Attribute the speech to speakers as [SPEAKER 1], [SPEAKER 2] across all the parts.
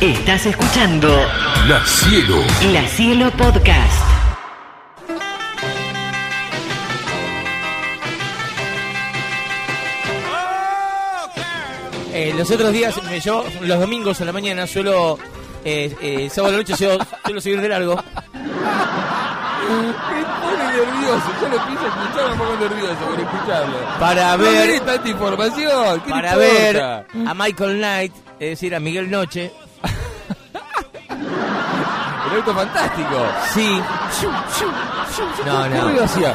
[SPEAKER 1] Estás escuchando
[SPEAKER 2] La Cielo.
[SPEAKER 1] La Cielo Podcast.
[SPEAKER 3] Eh, los otros días, me- yo los domingos a la mañana suelo, eh, eh, sábado a la noche suelo, suelo seguir de largo.
[SPEAKER 4] Me pone nervioso, yo lo empiezo a escuchar, me pongo nervioso por escucharlo.
[SPEAKER 3] Para
[SPEAKER 4] No
[SPEAKER 3] ver-
[SPEAKER 4] tenés tanta información, ¿qué
[SPEAKER 3] para
[SPEAKER 4] le
[SPEAKER 3] ver
[SPEAKER 4] importa?
[SPEAKER 3] a Michael Knight, es decir, a Miguel Noche.
[SPEAKER 4] El auto fantástico.
[SPEAKER 3] Sí, No, no.
[SPEAKER 4] ¿Qué ruido hacía?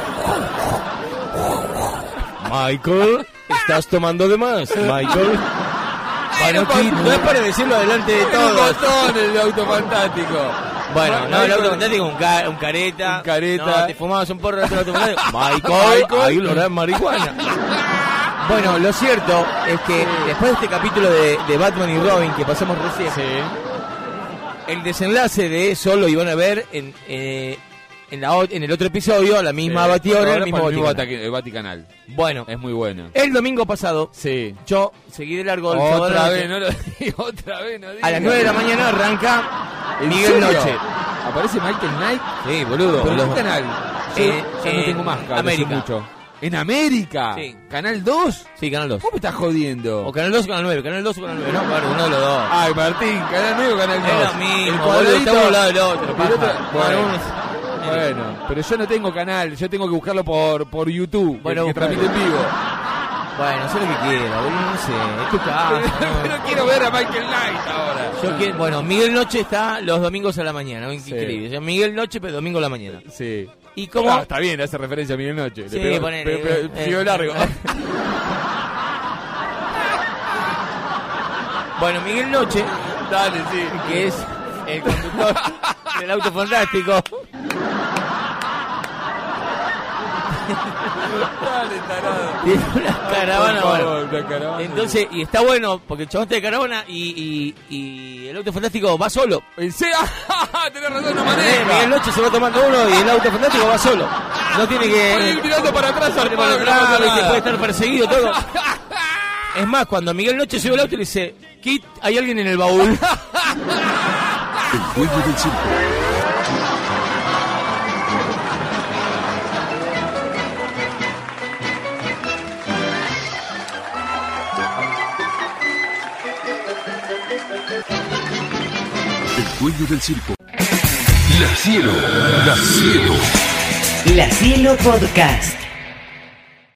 [SPEAKER 3] Michael, estás tomando de más, Michael.
[SPEAKER 4] Era
[SPEAKER 3] Bueno,
[SPEAKER 4] un
[SPEAKER 3] Kit, no es para decirlo delante de
[SPEAKER 4] Era un
[SPEAKER 3] todos.
[SPEAKER 4] botón el auto fantástico.
[SPEAKER 3] Bueno, no, el
[SPEAKER 4] Michael-
[SPEAKER 3] auto fantástico, un, ca- un careta.
[SPEAKER 4] Un careta.
[SPEAKER 3] No, te fumabas un porro dentro del auto fantástico. Michael,
[SPEAKER 4] Michael.
[SPEAKER 3] hay olor a marihuana. Bueno, lo cierto es que después de este capítulo de, de Batman y Robin que pasamos recién, el desenlace de eso lo iban a ver en, eh, en, la o- en el otro episodio, a la misma
[SPEAKER 4] Eh,
[SPEAKER 3] batidora,
[SPEAKER 4] ahora
[SPEAKER 3] el mismo
[SPEAKER 4] para el mismo
[SPEAKER 3] Baticanal.
[SPEAKER 4] Bati- el Vaticanal.
[SPEAKER 3] Bueno,
[SPEAKER 4] Es muy bueno.
[SPEAKER 3] el domingo pasado,
[SPEAKER 4] Sí.
[SPEAKER 3] yo seguí de largo el sábado a la
[SPEAKER 4] Otra
[SPEAKER 3] noche.
[SPEAKER 4] vez, no lo digo, otra vez, no digo.
[SPEAKER 3] A las 9 de la mañana arranca
[SPEAKER 4] ¿En
[SPEAKER 3] Miguel
[SPEAKER 4] serio?
[SPEAKER 3] Noche.
[SPEAKER 4] Aparece Michael Knight.
[SPEAKER 3] Sí, boludo.
[SPEAKER 4] Pero
[SPEAKER 3] Los-
[SPEAKER 4] ¿qué canal? Yo
[SPEAKER 3] Eh,
[SPEAKER 4] ya no
[SPEAKER 3] en
[SPEAKER 4] tengo más cable,
[SPEAKER 3] América.
[SPEAKER 4] hace mucho. ¿En América?
[SPEAKER 3] Sí.
[SPEAKER 4] ¿Canal 2?
[SPEAKER 3] Sí, Canal 2.
[SPEAKER 4] ¿Cómo me estás jodiendo?
[SPEAKER 3] O Canal 2 o Canal 9. Canal 2 o Canal 9. No, claro, uno de los dos.
[SPEAKER 4] Ay, Martín, Canal 9 o Canal 2.
[SPEAKER 3] Es lo mismo, boludo, estamos al lado del otro,
[SPEAKER 4] el
[SPEAKER 3] paja.
[SPEAKER 4] bueno,
[SPEAKER 3] Bueno,
[SPEAKER 4] bueno, pero yo no tengo canal, yo tengo que buscarlo por, por YouTube, bueno,
[SPEAKER 3] Bueno,
[SPEAKER 4] que
[SPEAKER 3] buscalo.
[SPEAKER 4] transmite en vivo.
[SPEAKER 3] Bueno, sé lo que quiero, boludo, no sé. Es tu casa.
[SPEAKER 4] pero quiero ver a Michael Knight ahora.
[SPEAKER 3] ¿no? Yo quiero- bueno, Miguel Noche está los domingos a la mañana. ¿no? Increíble. O sea, Miguel Noche, pero domingo a la mañana.
[SPEAKER 4] Sí.
[SPEAKER 3] ¿Y cómo?
[SPEAKER 4] Ah, está bien, hace referencia a Miguel Noche.
[SPEAKER 3] Sí,
[SPEAKER 4] pegó-
[SPEAKER 3] ponele,
[SPEAKER 4] pe- pe-
[SPEAKER 3] eh,
[SPEAKER 4] pegó
[SPEAKER 3] eh.
[SPEAKER 4] largo.
[SPEAKER 3] Bueno, Miguel Noche,
[SPEAKER 4] Dale, sí.
[SPEAKER 3] que es el conductor del auto fantástico.
[SPEAKER 4] Dale, tarado.
[SPEAKER 3] Tiene una caravana,
[SPEAKER 4] Por favor,
[SPEAKER 3] bueno.
[SPEAKER 4] una caravana.
[SPEAKER 3] Entonces, y está bueno, porque el chabón está de caravana y, y, y el auto fantástico va solo.
[SPEAKER 4] En serio, tenés razón, no
[SPEAKER 3] Eh,
[SPEAKER 4] maneja.
[SPEAKER 3] Miguel Noche se va tomando uno y el auto fantástico va solo. No tiene
[SPEAKER 4] Puede
[SPEAKER 3] que...
[SPEAKER 4] ir mirando para atrás,
[SPEAKER 3] Parte para
[SPEAKER 4] armado, que no
[SPEAKER 3] atrás,
[SPEAKER 4] pasa
[SPEAKER 3] ¿viste?
[SPEAKER 4] nada.
[SPEAKER 3] puede estar perseguido, todo. Es más, cuando Miguel Noche sube el auto y le dice, Kit, hay alguien en el baúl.
[SPEAKER 2] El juego del circo. El juego del circo. La cielo, la cielo.
[SPEAKER 1] La Cielo Podcast.